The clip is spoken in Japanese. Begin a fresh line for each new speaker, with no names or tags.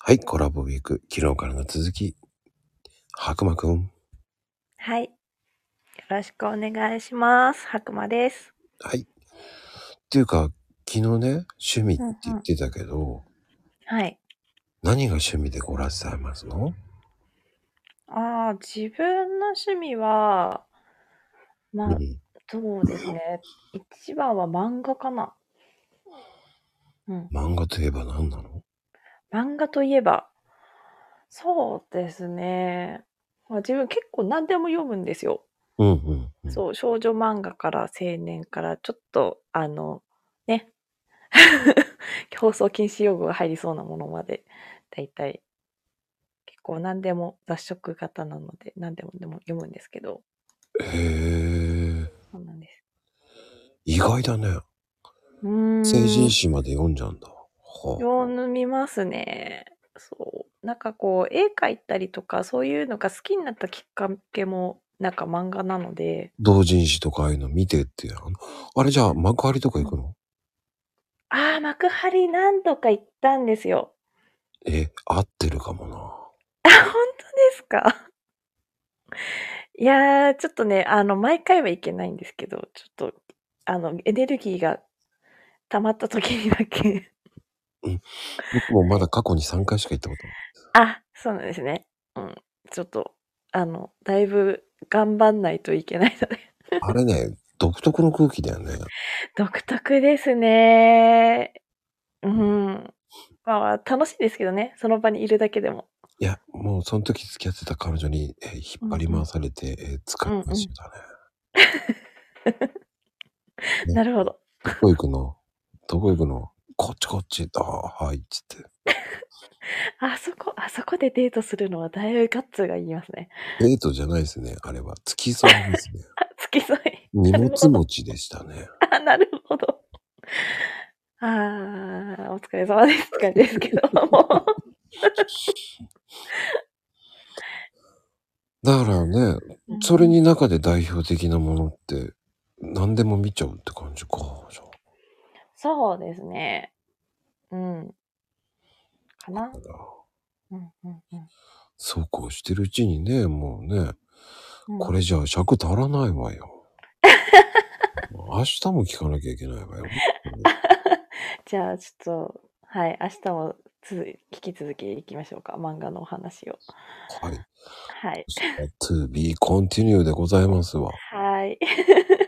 はい、コラボウィーク、昨日からの続き、白馬くん。
はい。よろしくお願いします。白馬です。
はい。っていうか、昨日ね、趣味って言ってたけど、
はい。
何が趣味でご覧されますの
ああ、自分の趣味は、
う
まあ、
ん。
そうですね。一番は漫画かな。うん。
漫画といえば何なの
漫画といえば、そうですね。まあ、自分結構何でも読むんですよ。
うんうん、うん。
そう、少女漫画から青年から、ちょっと、あの、ね。 競争禁止用語が入りそうなものまで、だいたい、結構何でも雑食型なので、何でもでも読むんですけど、
へえ、
そうなんです。
意外だね。
うーん。
成人誌まで読んじゃうんだ。は
読みますね。そう。なんかこう、絵描いたりとか、そういうのが好きになったきっかけも、なんか漫画なので、
同人誌とかああいうの見てってあのあれじゃあ、幕張とか行くの
ああ、幕張何度か行ったんですよ。
え、合ってるかもな。
あ、本当ですかいやー、ちょっとね、あの、毎回はいけないんですけど、ちょっと、あの、エネルギーが溜まった時にだけ。
僕もまだ過去に3回しか行ったことない。
あ、そうなんですね。うん。ちょっと、あの、だいぶ頑張んないといけないので。
あれね、独特の空気だよね。
独特ですね。うん。まあまあ、楽しいですけどね、その場にいるだけでも。
いや、もうその時付き合ってた彼女に、えー引っ張り回されて、えー疲れましたね。ね
なるほど。
どこ行くのどこ行くのこっちこっち。ああ、はい、つって。
あそこ、あそこでデートするのはだいぶガッツがいりますね。
デートじゃないですね、あれは。付き添いですね。
あ、付き添い。
荷物持ちでしたね。
あ、なるほど。ああ、お疲れ様ですって感じですけども。
だからね、 それ。に中で代表的なものって、何でも見ちゃうって感じか。じゃあ
そうですね。うん。かな。
だから
うんうんう
そうこうしてるうちにね、もうね、
ん、
これじゃあ尺足らないわよ。明日も聞かなきゃいけないわよ。
じゃあ、ちょっと、はい、明日もつづ引き続きいきましょうか。漫画のお話を。
はい。
はい。
to be continue でございますわ。
はい。